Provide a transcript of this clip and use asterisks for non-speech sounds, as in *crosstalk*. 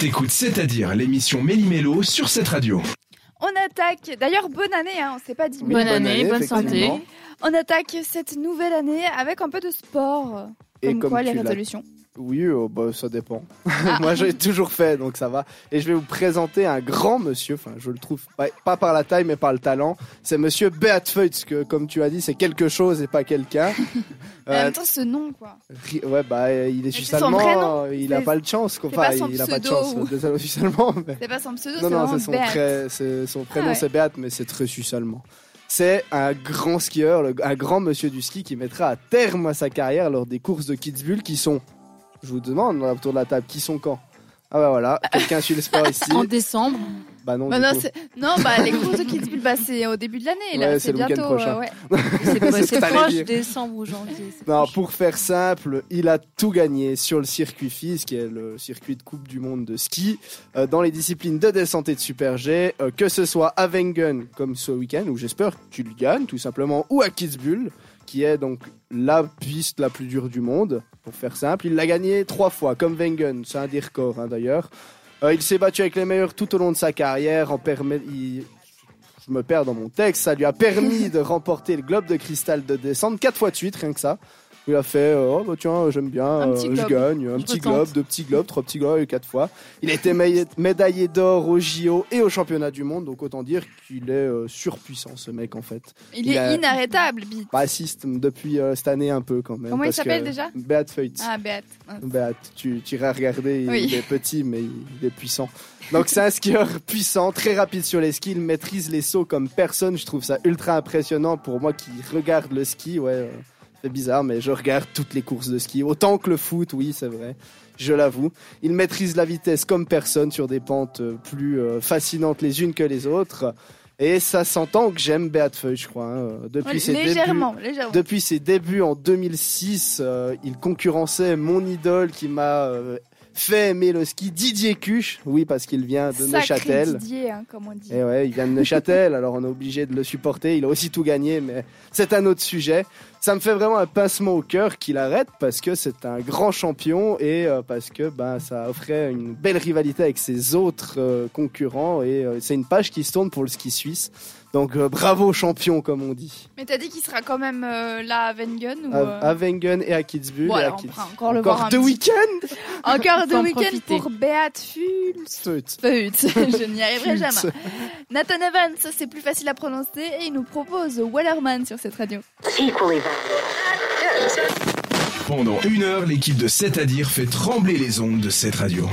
T'écoutes C'est-à-dire l'émission Méli-Mélo sur cette radio. On attaque, d'ailleurs bonne année, hein, on s'est pas dit. Bonne année, bonne santé. santé. On attaque cette nouvelle année avec un peu de sport. Et comme, comme quoi, les tu l'as- résolutions. Oui, euh, bah, *laughs* ça dépend. Moi, j'ai toujours fait, donc ça va. Et je vais vous présenter un grand monsieur. Enfin, je le trouve pas, pas par la taille, mais par le talent. C'est Monsieur Beatfeutz, que comme tu as dit, c'est quelque chose et pas quelqu'un. Mais En Euh, même temps, ce nom, quoi. ri- ouais, bah, euh, il est suisse c'est son vrai allemand. euh, Il a C'est- pas le chance. quoi. c'est pas Enfin, son il a pas de pseudo chance. ou- d'être suisse allemand. *laughs* mais- C'est pas son pseudo, c'est Non, non, vraiment c'est son, Bert. très- c'est- son prénom, ouais. c'est Beat, mais c'est très suisse allemand. C'est un grand skieur, le- un grand monsieur du ski qui mettra à terme à sa carrière lors des courses de Kitzbühel qui sont, je vous demande autour de la table, qui sont quand Ah bah voilà, quelqu'un suit *laughs* le sport ici. En décembre, Bah non, Bah du non, coup. c'est- non, bah, les courses de Kitzbühel, bah, c'est au début de l'année, là. Ouais, c'est c'est le week-end bientôt. prochain. euh, ouais. c'est C'est ce que c'est t'allais proche dire. décembre ou janvier. c'est Non, proche. pour faire simple, il a tout gagné sur le circuit FIS, qui est le circuit de Coupe du Monde de ski, euh, dans les disciplines de descente et de super G, euh, que ce soit à Wengen, comme ce week-end, où j'espère qu'il gagne, tout simplement, ou à Kitzbühel, qui est donc la piste la plus dure du monde, pour faire simple. Il l'a gagné trois fois, comme Wengen, c'est un des records hein, d'ailleurs. Euh, il s'est battu avec les meilleurs tout au long de sa carrière, en permet... il- Je me perds dans mon texte, ça lui *laughs* a permis de remporter le globe de cristal de descente quatre fois de suite, rien que ça. Il a fait, euh, oh bah tiens, euh, j'aime bien, Un euh, petit je globe. gagne, un Je petit retente. globe, deux petits globes, trois petits globes, quatre fois. Il a été maillé- *laughs* médaillé d'or au JO et au championnat du monde, donc autant dire qu'il est euh, surpuissant ce mec en fait. Il, Il est a- Bah, inarrêtable, Bit. Pas assiste depuis euh, cette année un peu quand même. Comment il parce que- s'appelle déjà Beat Feutz. Ah, Bert. Bah, tu, tu iras regarder, il, Oui. est petit, mais il est puissant. Donc, c'est un skieur *laughs* puissant, très rapide sur les skis, il maîtrise les sauts comme personne. Je trouve ça ultra impressionnant pour moi qui regarde le ski. Ouais, euh, c'est bizarre, mais je regarde toutes les courses de ski, autant que le foot, oui, c'est vrai. Je l'avoue. Il maîtrise la vitesse comme personne sur des pentes euh, plus euh, fascinantes les unes que les autres. Et ça s'entend que j'aime Beatfeu, je crois, hein, euh, depuis ses débuts. Légèrement, légèrement. Depuis ses débuts en 2006, euh, il concurrençait mon idole qui m'a euh, fait aimer le ski, Didier Cuche. Oui, parce qu'il vient de Sacré Neuchâtel. Didier, hein, comme on dit. Et ouais, il vient de Neuchâtel, alors on est obligé de le supporter. Il a aussi tout gagné, mais c'est un autre sujet. Ça me fait vraiment un pincement au cœur qu'il arrête parce que c'est un grand champion et euh, parce que ben, ça offrait une belle rivalité avec ses autres euh, concurrents. Et euh, c'est une page qui se tourne pour le ski suisse. Donc euh, bravo champion, comme on dit Mais t'as dit qu'il sera quand même euh, là à Wengen ou, euh, à, à Wengen et à Kitzbühel. Bon, et à alors, on Kitz- pourra encore le voir un deux petit- week-ends Encore de Faut en week-end profiter. pour Beat Fulz. Feut. Feutz, *laughs* je n'y arriverai jamais. Feut. Nathan Evans, c'est plus facile à prononcer et il nous propose Wallerman sur cette radio. Pendant une heure, l'équipe de C'est-à-dire fait trembler les ondes de cette radio.